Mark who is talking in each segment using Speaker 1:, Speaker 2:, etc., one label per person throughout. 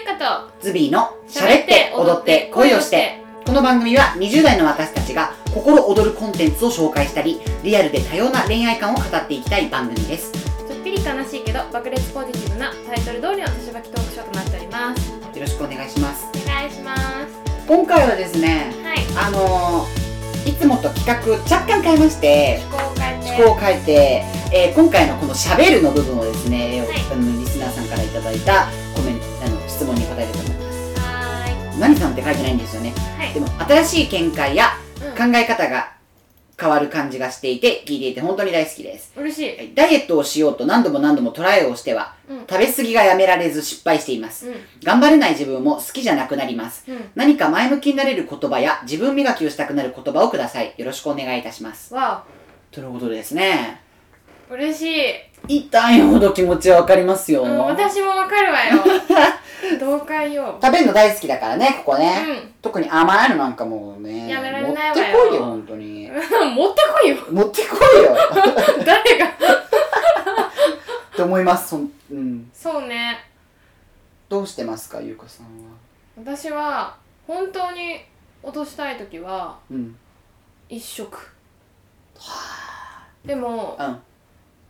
Speaker 1: と
Speaker 2: ズビーの喋って踊って恋をしてこの番組は20代の私たちが心躍るコンテンツを紹介したりリアルで多様な恋愛観を語っていきたい番組ですよ
Speaker 1: ちょっぴり悲しいけど爆裂ポジティブなタイトル通りの年ばきトークショーとなっております
Speaker 2: ろしくお願いします
Speaker 1: お願いします
Speaker 2: 今回はですね
Speaker 1: はい
Speaker 2: あのーいつもと企画若干変えまして
Speaker 1: 公開で
Speaker 2: 趣向を変えて、えー今回のこの「しゃべる」の部分をですね、
Speaker 1: はい
Speaker 2: あのリスナーさんからいただいたコメントあの質問に答えると思います
Speaker 1: は
Speaker 2: 何さんって書いてないんですよね
Speaker 1: ーいはい
Speaker 2: でも新しい見解や
Speaker 1: うん
Speaker 2: 考え方が変わる感じがしていて聞いていて本当に大好きです
Speaker 1: 嬉しい
Speaker 2: はいダイエットをしようと何度も何度もトライをしては
Speaker 1: うん
Speaker 2: 食べ過ぎがやめられず失敗しています
Speaker 1: う
Speaker 2: 頑張れない自分も好きじゃなくなります
Speaker 1: んうん
Speaker 2: 何か前向きになれる言葉や自分磨きをしたくなる言葉をくださいよろしくお願いいたします
Speaker 1: わ
Speaker 2: ということですね
Speaker 1: お嬉しい
Speaker 2: 痛いほど気持ちはわかりますよ、
Speaker 1: うん私もわかるわよ 同感よ
Speaker 2: 食べるの大好きだからねここ
Speaker 1: う
Speaker 2: ね、
Speaker 1: ん
Speaker 2: 特に甘いのなんかもうね
Speaker 1: やめられないわよ
Speaker 2: 持ってこいよ本当に
Speaker 1: うん 持ってこいよ
Speaker 2: 持ってこいよ
Speaker 1: 誰が
Speaker 2: って思いますそん、うん、
Speaker 1: そうね
Speaker 2: どうしてますかゆうかさんは
Speaker 1: 私は本当に落としたい時は
Speaker 2: うん
Speaker 1: 一食でも
Speaker 2: うん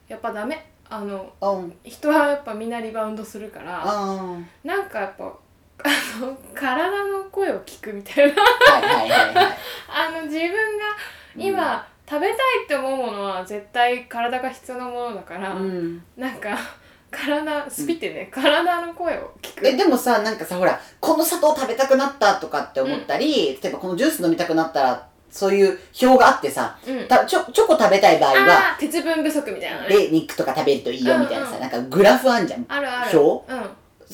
Speaker 1: やっぱダメあの
Speaker 2: あうん
Speaker 1: 人はやっぱみんなリバウンドするから
Speaker 2: あ
Speaker 1: なんかやっぱ あの体の声を聞くみたいな
Speaker 2: ーはいはいはいはい
Speaker 1: あの自分が今、食べたいって思うものは絶対体が必要なものだから、
Speaker 2: うん、
Speaker 1: なんか 体スピってね、体の声を聞く
Speaker 2: えでもさなんかさほらこの砂糖食べたくなったとかって思ったり、例えばこのジュース飲みたくなったらそういう表があってさ
Speaker 1: うん、
Speaker 2: たチョチョコ食べたい場合は
Speaker 1: あー鉄分不足みたいなね
Speaker 2: で肉とか食べるといいよみたいな
Speaker 1: う
Speaker 2: さ、
Speaker 1: んうん
Speaker 2: なんかグラフあんじゃん
Speaker 1: あるある
Speaker 2: 表
Speaker 1: うん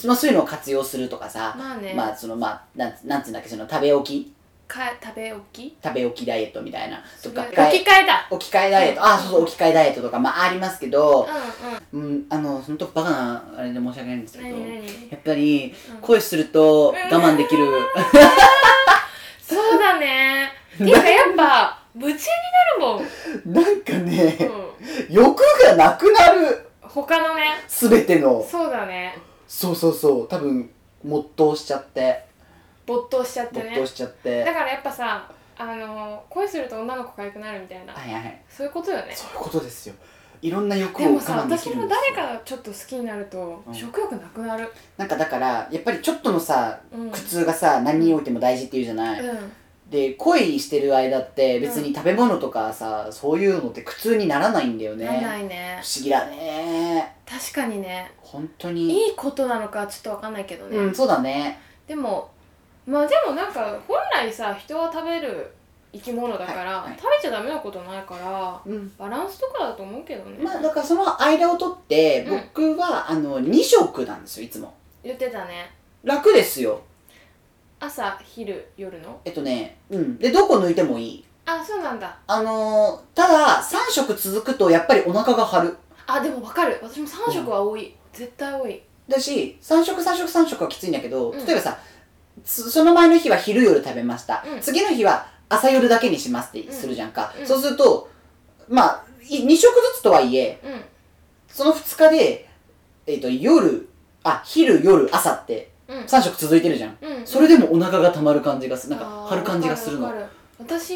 Speaker 2: まあ、そういうのを活用するとかさ、
Speaker 1: まあね、
Speaker 2: まあそのまあなんつなんつうんだっけその食べ置き
Speaker 1: か食べ置き
Speaker 2: 食べ置きダイエットみたいな
Speaker 1: 置
Speaker 2: と
Speaker 1: き
Speaker 2: か
Speaker 1: 換えだ
Speaker 2: 置き換えダイエット、あそうそう置き換えダイエットとかまあありますけ
Speaker 1: う
Speaker 2: ど、
Speaker 1: んうん
Speaker 2: うん、あのそのとこバカなあれで申し訳ないんですけど
Speaker 1: 何何
Speaker 2: やっぱり
Speaker 1: うん
Speaker 2: 恋すると我慢できる、
Speaker 1: そうだねていうかやっ ぱ夢中になるもん、う
Speaker 2: なんかね
Speaker 1: ん、
Speaker 2: 欲がなくなる
Speaker 1: 他のね
Speaker 2: 全ての
Speaker 1: そうだね
Speaker 2: そうそうそう多分没頭しちゃって
Speaker 1: 没頭しちゃって
Speaker 2: 没
Speaker 1: ね
Speaker 2: 頭しちゃって
Speaker 1: だからやっぱさあの恋すると女の子可愛くなるみたいな
Speaker 2: はいはい
Speaker 1: そういうことよね
Speaker 2: そういうことですよいろんな欲を
Speaker 1: で
Speaker 2: 我
Speaker 1: もさ
Speaker 2: 慢でき
Speaker 1: 私
Speaker 2: るん
Speaker 1: も
Speaker 2: ですよ
Speaker 1: 誰かちょっと好きになると
Speaker 2: うん
Speaker 1: 食欲なくなる
Speaker 2: なんかだからやっぱりちょっとのさ
Speaker 1: うん、うん
Speaker 2: 苦痛がさ何においても大事っていうじゃない、で恋してる間って別に食べ物とかさ、そういうのって苦痛にならないんだよね
Speaker 1: なんないね
Speaker 2: 不思議だね
Speaker 1: 確かにね
Speaker 2: 本当に
Speaker 1: いいことなのかちょっとわかんないけどね、
Speaker 2: うんそうだね
Speaker 1: でもまあでもなんか本来さ人は食べる生き物だから、
Speaker 2: はいはい
Speaker 1: 食べちゃダメなことないから
Speaker 2: うん
Speaker 1: バランスとかだと思うけどね、
Speaker 2: まあだからその間を取って
Speaker 1: うん
Speaker 2: 僕は、あの2食なんですよいつも
Speaker 1: 言ってたね
Speaker 2: 楽ですよ
Speaker 1: 朝昼夜の
Speaker 2: えっとねうんでどこ抜いてもいい
Speaker 1: あそうなんだ
Speaker 2: あのーただ3食続くとやっぱりお腹が張る
Speaker 1: あでもわかる私も3食は多い、絶対多い
Speaker 2: だし3食3食3食はきついんだけど、
Speaker 1: うん
Speaker 2: 例えばさつその前の日は昼夜食べました、
Speaker 1: うん
Speaker 2: 次の日は朝夜だけにしますって
Speaker 1: うん
Speaker 2: するじゃんか、
Speaker 1: うん
Speaker 2: そうするとまあ2食ずつとはいえ
Speaker 1: うん
Speaker 2: その2日で、えっと夜あ昼夜朝って
Speaker 1: うん
Speaker 2: 3食続いてるじゃん
Speaker 1: うん
Speaker 2: それでもお腹がたまる感じがするなん
Speaker 1: あ
Speaker 2: か
Speaker 1: ー
Speaker 2: 張る感じがするの
Speaker 1: わ
Speaker 2: は
Speaker 1: か
Speaker 2: い
Speaker 1: るわかる私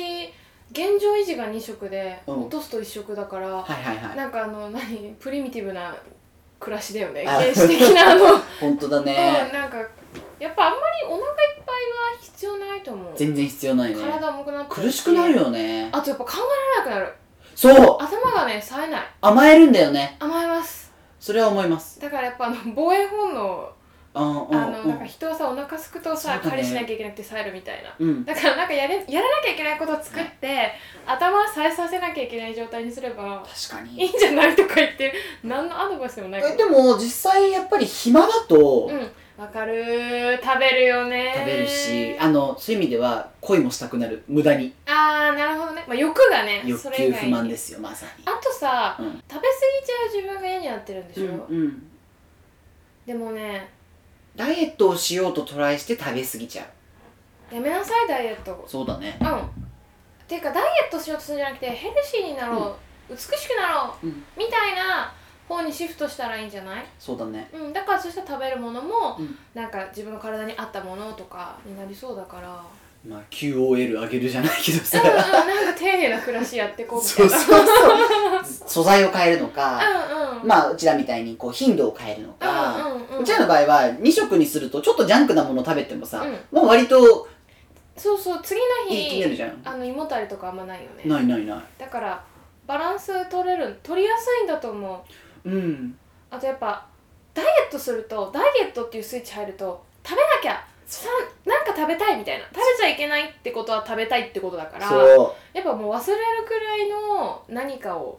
Speaker 1: 現状維持が2食で、
Speaker 2: うん
Speaker 1: 落とすと1食だから、
Speaker 2: はいはい
Speaker 1: なんかあの何プリミティブな暮らしだよね
Speaker 2: あ
Speaker 1: 原始的なあの
Speaker 2: 本当だ
Speaker 1: うん、
Speaker 2: ね
Speaker 1: なんかやっぱあんまりお腹いっぱいは必要ないと思う
Speaker 2: 全然必要ないね
Speaker 1: 体重くなって
Speaker 2: 苦しくなる
Speaker 1: よ
Speaker 2: よね
Speaker 1: あとやっぱ考えられなくなる
Speaker 2: そう
Speaker 1: 頭がね冴えない
Speaker 2: 甘えるんだよね
Speaker 1: 甘えます
Speaker 2: それは思います
Speaker 1: だからやっぱあの防衛本能
Speaker 2: うんうん
Speaker 1: あのなん
Speaker 2: う
Speaker 1: か
Speaker 2: ん
Speaker 1: 人はさお腹すくとさ
Speaker 2: そうだね
Speaker 1: 狩りしなきゃいけなくて冴えるみたいな
Speaker 2: うん
Speaker 1: だからなんかやれやらなきゃいけないことを作って頭は冴えさせなきゃいけない状態にすれば
Speaker 2: 確かに
Speaker 1: いいんじゃないとか言って何のアドバイスでもないけど
Speaker 2: えでも実際やっぱり暇だと
Speaker 1: うんわかるー食べるよねー
Speaker 2: 食べるし、あのそういう意味では恋もしたくなる無駄に
Speaker 1: あーなるほどね、まあ、欲がね
Speaker 2: 欲
Speaker 1: それ以
Speaker 2: 求
Speaker 1: 外
Speaker 2: 不
Speaker 1: に
Speaker 2: 満ですよまさに
Speaker 1: あとさ、
Speaker 2: うん
Speaker 1: 食べ過ぎちゃう自分が嫌になってるんでしょ、
Speaker 2: うんうん
Speaker 1: でもね
Speaker 2: ダイエットをしようとトライして食べ過ぎちゃう
Speaker 1: やめなさいダイエット
Speaker 2: そうだね
Speaker 1: うんていうかダイエットしようとするんじゃなくてヘルシーになろう、美しくなろう、
Speaker 2: うん
Speaker 1: みたいな方にシフトしたらいいんじゃない、
Speaker 2: そうだね
Speaker 1: うん、だからそしたら食べるものも、
Speaker 2: うん
Speaker 1: なんか自分の体に合ったものとかになりそうだから
Speaker 2: まあ QOL 上げるじゃないけど
Speaker 1: うんう
Speaker 2: さ
Speaker 1: んなんか丁寧な暮らしやってこうみた
Speaker 2: そ
Speaker 1: いうな
Speaker 2: そうそう 素材を変えるのか、
Speaker 1: うんうん
Speaker 2: まあうちらみたいにこう頻度を変えるのか、
Speaker 1: うんうん
Speaker 2: う
Speaker 1: うん
Speaker 2: ちらの場合は2食にするとちょっとジャンクなものを食べてもさ、
Speaker 1: うん
Speaker 2: もう割と
Speaker 1: そうそう次の
Speaker 2: いい
Speaker 1: 日
Speaker 2: 気になるじゃん
Speaker 1: あの胃もたれとかあんまないよね
Speaker 2: ないないない
Speaker 1: だからバランス取れる取りやすいんだと思う
Speaker 2: うん
Speaker 1: あとやっぱダイエットするとダイエットっていうスイッチ入ると食べなきゃさなんか食べたいみたいな食べちゃいけないってことは食べたいってことだから
Speaker 2: そ
Speaker 1: やっぱもう忘れるくらいの何かを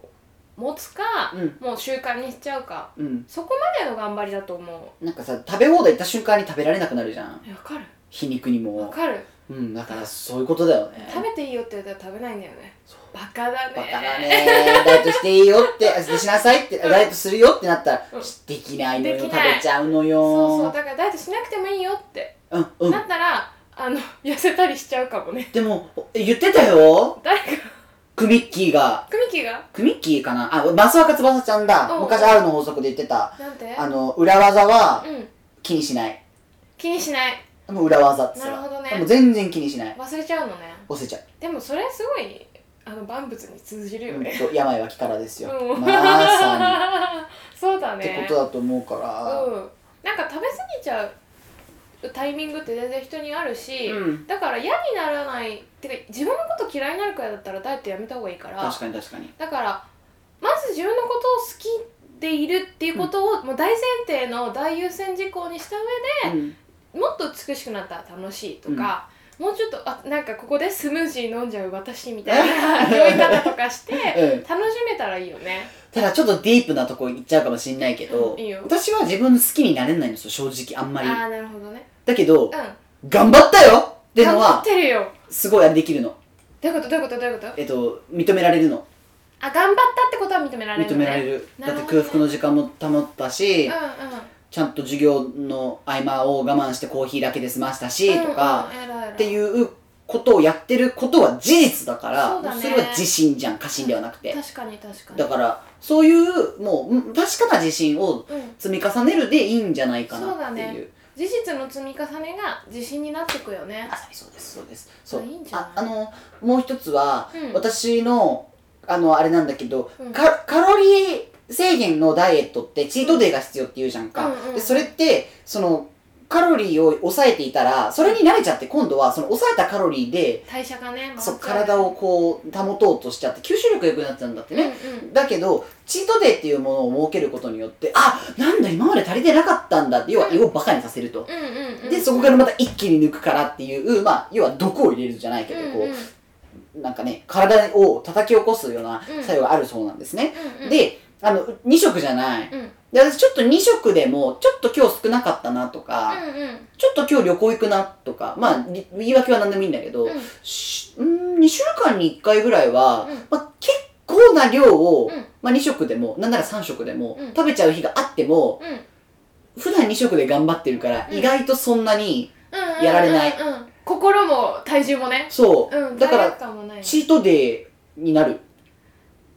Speaker 1: 持つか
Speaker 2: ううん
Speaker 1: もう習慣にしちゃうか
Speaker 2: うん
Speaker 1: そこまでの頑張りだと思
Speaker 2: なんかさ食べ放題行った瞬間に食べられなくなるじゃん
Speaker 1: うわかる
Speaker 2: 皮肉に
Speaker 1: わ
Speaker 2: も
Speaker 1: かる
Speaker 2: うんだからそういうことだよね
Speaker 1: 食べていいよって言ったら食べないんだよね
Speaker 2: そう
Speaker 1: バカだね
Speaker 2: バカだねダイエットしていいよってあしなさいって
Speaker 1: うん
Speaker 2: ダイエットするよってなったら、
Speaker 1: うん
Speaker 2: できないのよ
Speaker 1: で
Speaker 2: 食べ
Speaker 1: きない
Speaker 2: ちゃうの
Speaker 1: そうそう
Speaker 2: よ
Speaker 1: だからダイエットしなくてもいいよって、
Speaker 2: うんうん
Speaker 1: なったらあの痩せたりしちゃうかもね
Speaker 2: でも言ってたよ
Speaker 1: 誰か
Speaker 2: クミッキーが
Speaker 1: 組木が
Speaker 2: クミッキーかなあ益若翼ちゃんだ
Speaker 1: うん
Speaker 2: 昔あるの法則で言ってた
Speaker 1: なんて
Speaker 2: あの裏技は
Speaker 1: うん
Speaker 2: 気にしない
Speaker 1: 気にしない
Speaker 2: もう裏技って
Speaker 1: なるほどね
Speaker 2: でも全然気にしない
Speaker 1: 忘れちゃうのね
Speaker 2: 押せちゃう
Speaker 1: でもそれすごいあの万物に通じるよ
Speaker 2: うん
Speaker 1: ね、
Speaker 2: と病は気からですよ
Speaker 1: うん
Speaker 2: まさ
Speaker 1: そうだ
Speaker 2: に
Speaker 1: ね
Speaker 2: ってことだと思うから
Speaker 1: うんなんか食べ過ぎちゃうタイミングって全然人にあるし、
Speaker 2: うん
Speaker 1: だから嫌にならないてか自分のこと嫌いになるくらいだったらダイエットやめた方がいいから
Speaker 2: 確かに確かに
Speaker 1: だからまず自分のことを好きでいるっていうことを、もう大前提の大優先事項にした上
Speaker 2: うん
Speaker 1: でもっと美しくなったら楽しいとか、もうちょっとあなんかここでスムージー飲んじゃう私みたいな酔い方とかして
Speaker 2: うん
Speaker 1: 楽しめたらいいよね
Speaker 2: ただちょっとディープなとこ行っちゃうかもしんないけど、
Speaker 1: うんいいよ
Speaker 2: 私は自分の好きになれないんですよ正直あんまり
Speaker 1: ああなるほどね
Speaker 2: だけど
Speaker 1: うん
Speaker 2: 頑張ったよっていう
Speaker 1: 頑
Speaker 2: の
Speaker 1: 張っ
Speaker 2: は
Speaker 1: てるよ
Speaker 2: すごいあれできるの
Speaker 1: どういうことどういうことどういうこと
Speaker 2: えっと認められるの
Speaker 1: あ頑張ったってことは認められる
Speaker 2: 認
Speaker 1: の
Speaker 2: め
Speaker 1: ね
Speaker 2: られる
Speaker 1: なるほ
Speaker 2: だっ
Speaker 1: ど
Speaker 2: て
Speaker 1: ね
Speaker 2: 空腹の時間も保ったし、
Speaker 1: う
Speaker 2: ちゃんと授業の合間を我慢してコーヒーだけで済ましたし、
Speaker 1: んうん
Speaker 2: とか、
Speaker 1: うんうん偉い偉い
Speaker 2: っていうことをやってることは事実だから
Speaker 1: そうだね
Speaker 2: れは自信じゃん過信ではなくて、
Speaker 1: 確かに確かに
Speaker 2: だからそういうもううん確かな自信を
Speaker 1: うん、
Speaker 2: 積み重ねるでいいんじゃないか
Speaker 1: そう
Speaker 2: な
Speaker 1: だ
Speaker 2: っていう
Speaker 1: ね事実の積み重ねが自信になってくよね
Speaker 2: まさにそうですそうですそう
Speaker 1: あいいんじゃない
Speaker 2: ああのもう一つは、
Speaker 1: うん
Speaker 2: 私のあのあれなんだけど、
Speaker 1: うん
Speaker 2: カカロリー制限のダイエットってチートデイが必要って言うじゃんか、
Speaker 1: うんうんうん
Speaker 2: でそれってそのカロリーを抑えていたらそれに慣れちゃって今度はその抑えたカロリーで、
Speaker 1: 代謝がね
Speaker 2: そう体をこう保とうとしちゃって吸収力が良くなっちゃうんだってね、、
Speaker 1: うんうん
Speaker 2: だけどチートデイっていうものを設けることによってあなんだ今まで足りてなかったんだって要は胃をバカにさせると、
Speaker 1: うんうんうん、
Speaker 2: でそこからまた一気に抜くからっていうまあ要は毒を入れるじゃないけどこ
Speaker 1: うんうん
Speaker 2: うなんかね体を叩き起こすような
Speaker 1: うん
Speaker 2: 作用があるそうなんですね、
Speaker 1: うんうん、
Speaker 2: であの2食じゃない
Speaker 1: うんうん
Speaker 2: で私ちょっと2食でもちょっと今日少なかったなとか、
Speaker 1: うん
Speaker 2: ちょっと今日旅行行くなとかまあり言い訳は何でもいいんだけど、
Speaker 1: うん
Speaker 2: しうん2週間に1回ぐらいは、
Speaker 1: うん
Speaker 2: まあ、結構な量を、
Speaker 1: うん
Speaker 2: まあ、2食でもなんなら3食でも、
Speaker 1: うん
Speaker 2: 食べちゃう日があっても
Speaker 1: うん
Speaker 2: 普段2食で頑張ってるから、
Speaker 1: うん
Speaker 2: 意外とそんなに
Speaker 1: うんうん
Speaker 2: やられない
Speaker 1: うんうん、心も体重もね、
Speaker 2: そう、
Speaker 1: うん、
Speaker 2: だから
Speaker 1: 罪悪感もない
Speaker 2: チートデイになる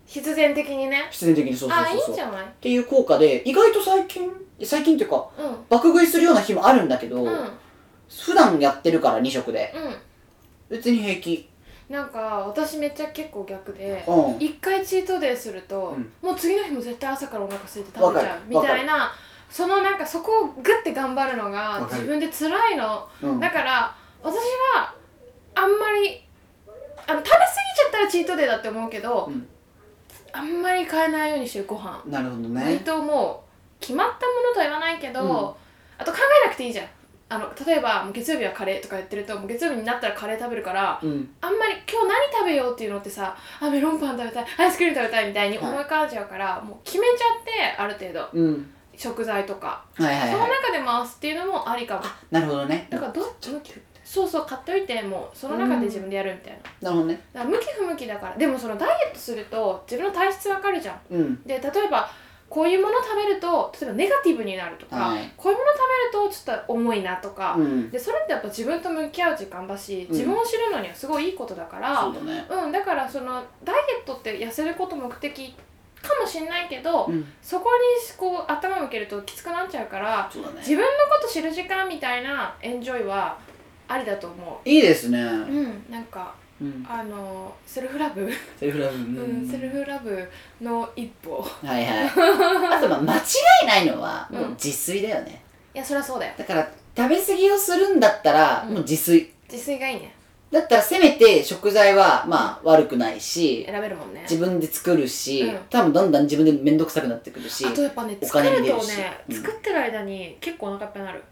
Speaker 1: 必然的にね
Speaker 2: 必然的にそうそう
Speaker 1: あ
Speaker 2: そう
Speaker 1: いい
Speaker 2: そ
Speaker 1: ん
Speaker 2: う
Speaker 1: じ
Speaker 2: っ
Speaker 1: ゃない
Speaker 2: ていう効果で意外と最近最近っていうか
Speaker 1: うん
Speaker 2: 爆食いするような日もあるんだけど、
Speaker 1: うんうん
Speaker 2: 普段やってるから2食で別に平気
Speaker 1: なんか私めっちゃ結構逆で
Speaker 2: うん
Speaker 1: 一回チートデイすると、
Speaker 2: うん
Speaker 1: もう次の日も絶対朝からお腹空いて食べ
Speaker 2: わ
Speaker 1: ち
Speaker 2: か
Speaker 1: ゃ
Speaker 2: る
Speaker 1: うみたいなそのなんかそこをグッて頑張るのが
Speaker 2: わか
Speaker 1: 自
Speaker 2: る
Speaker 1: 分で辛いの
Speaker 2: うん
Speaker 1: だから私はあんまりあの食べ過ぎちゃったらチートデイだって思うけど、
Speaker 2: うん
Speaker 1: あんまり変えないようにしてるご飯
Speaker 2: なるほど
Speaker 1: 割
Speaker 2: ね
Speaker 1: ともう決まったものとは言わないけど、
Speaker 2: うん
Speaker 1: あと考えなくていいじゃんあの例えばもう月曜日はカレーとかやってるともう月曜日になったらカレー食べるから
Speaker 2: うん
Speaker 1: あんまり今日何食べようっていうのってさあメロンパン食べたいアイスクリーム食べたいみたいに思い浮かんじゃうから、もう決めちゃってある程度
Speaker 2: うん
Speaker 1: 食材とか、
Speaker 2: はいはい
Speaker 1: そ
Speaker 2: は
Speaker 1: の
Speaker 2: い
Speaker 1: 中で回すっていうのもありかも
Speaker 2: なるほどね
Speaker 1: だからどっち
Speaker 2: ちょっと
Speaker 1: そうそう買っておいてもうその中で自分でやるみたいな、
Speaker 2: なるほどね
Speaker 1: だから向き不向きだからでもそのダイエットすると自分の体質わかるじゃん
Speaker 2: うん
Speaker 1: で例えばこういうもの食べると例えばネガティブになるとか、
Speaker 2: はい
Speaker 1: こういうもの食べるとちょっと重いなとか、
Speaker 2: うん
Speaker 1: でそれってやっぱ自分と向き合う時間だし
Speaker 2: ん
Speaker 1: 自分を知るのにはすごいいいことだから、
Speaker 2: そうだね
Speaker 1: うん、だからそのダイエットって痩せること目的かもしんないけど
Speaker 2: うん、
Speaker 1: そこにこう頭向けるときつくなっちゃうから
Speaker 2: そうだね
Speaker 1: 自分のこと知る時間みたいなエンジョイはありだと思
Speaker 2: いいですね、
Speaker 1: ううんなんか
Speaker 2: うん、
Speaker 1: あのセルフラブ、
Speaker 2: セルフラブ、う
Speaker 1: うん、セルフラブの一歩
Speaker 2: は いはいあとまあ間違いないのはもう自炊だよね、
Speaker 1: いやそりゃそうだよ
Speaker 2: だから食べ過ぎをするんだったら
Speaker 1: うん
Speaker 2: もう自炊
Speaker 1: 自炊がいいね
Speaker 2: だったらせめて食材はまあ悪くないし
Speaker 1: 選べるもんね
Speaker 2: 自分で作るし、
Speaker 1: うん
Speaker 2: 多分だんだん自分で面倒くさくなってくるし
Speaker 1: あとやっぱね
Speaker 2: お
Speaker 1: 作
Speaker 2: 金
Speaker 1: る
Speaker 2: も
Speaker 1: と
Speaker 2: 出るし
Speaker 1: ね、
Speaker 2: うん
Speaker 1: 作ってる間に結構お腹いっぱいになる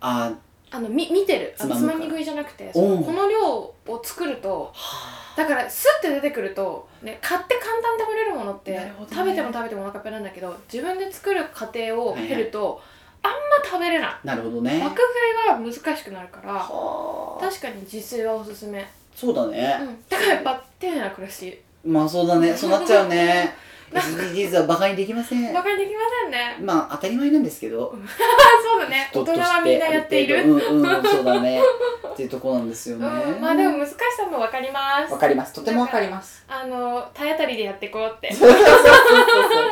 Speaker 2: あー
Speaker 1: あのみ見てるあの
Speaker 2: つ
Speaker 1: つま
Speaker 2: まむから
Speaker 1: み食いじゃなくてその
Speaker 2: おう
Speaker 1: この量を作ると
Speaker 2: は
Speaker 1: だからスッて出てくると、ね、買って簡単に食べれるものって、
Speaker 2: なるほどね
Speaker 1: 食べても食べてもお腹いっぱいなんだけど自分で作る過程を経ると、あんま食べれない
Speaker 2: あなるほどね
Speaker 1: 枠食いが難しくなるから
Speaker 2: はあ
Speaker 1: 確かに自炊はおすすめ、
Speaker 2: そうだ
Speaker 1: う
Speaker 2: ね、
Speaker 1: ん、だからやっぱ丁寧な暮らし
Speaker 2: まあそうだねそうなっちゃうね
Speaker 1: な
Speaker 2: SDGs はバカにできません
Speaker 1: バカにできませんね
Speaker 2: まあ当たり前なんですけど
Speaker 1: あそうだね大人はみんなやっている
Speaker 2: うんうんそうだねっていうとこなんですよ
Speaker 1: う
Speaker 2: ね
Speaker 1: ん、まあでも難しさも分かります
Speaker 2: わかりますとてもわかります
Speaker 1: あの体当たりでやっていこうって
Speaker 2: そうそうそうそう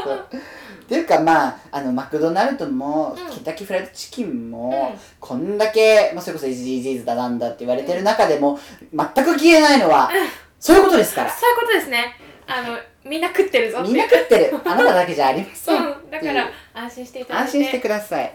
Speaker 2: そうっていうかまああのマクドナルドも、
Speaker 1: うん
Speaker 2: ケンタッキーフライドチキン
Speaker 1: うん
Speaker 2: も、こんだけ、まあ、それこそ SDGs だなんだって言われてる中でも全く消えないのは、そういうことですから
Speaker 1: そういうことですねあのみんな食ってるぞって
Speaker 2: みんな食ってるあなただけじゃありません
Speaker 1: うんだから安心していただい
Speaker 2: 安
Speaker 1: て
Speaker 2: 心してください
Speaker 1: はい